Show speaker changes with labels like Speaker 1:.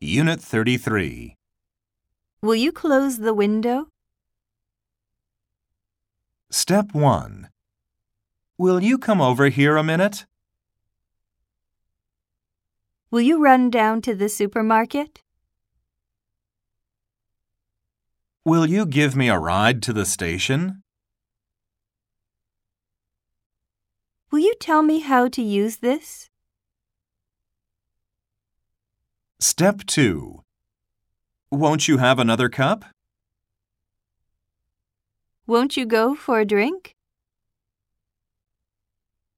Speaker 1: Unit 33.
Speaker 2: Will you close the window?
Speaker 1: Step 1. Will you come over here a minute?
Speaker 2: Will you run down to the supermarket?
Speaker 1: Will you give me a ride to the station?
Speaker 2: Will you tell me how to use this?
Speaker 1: Step 2. Won't you have another cup?
Speaker 2: Won't you go for a drink?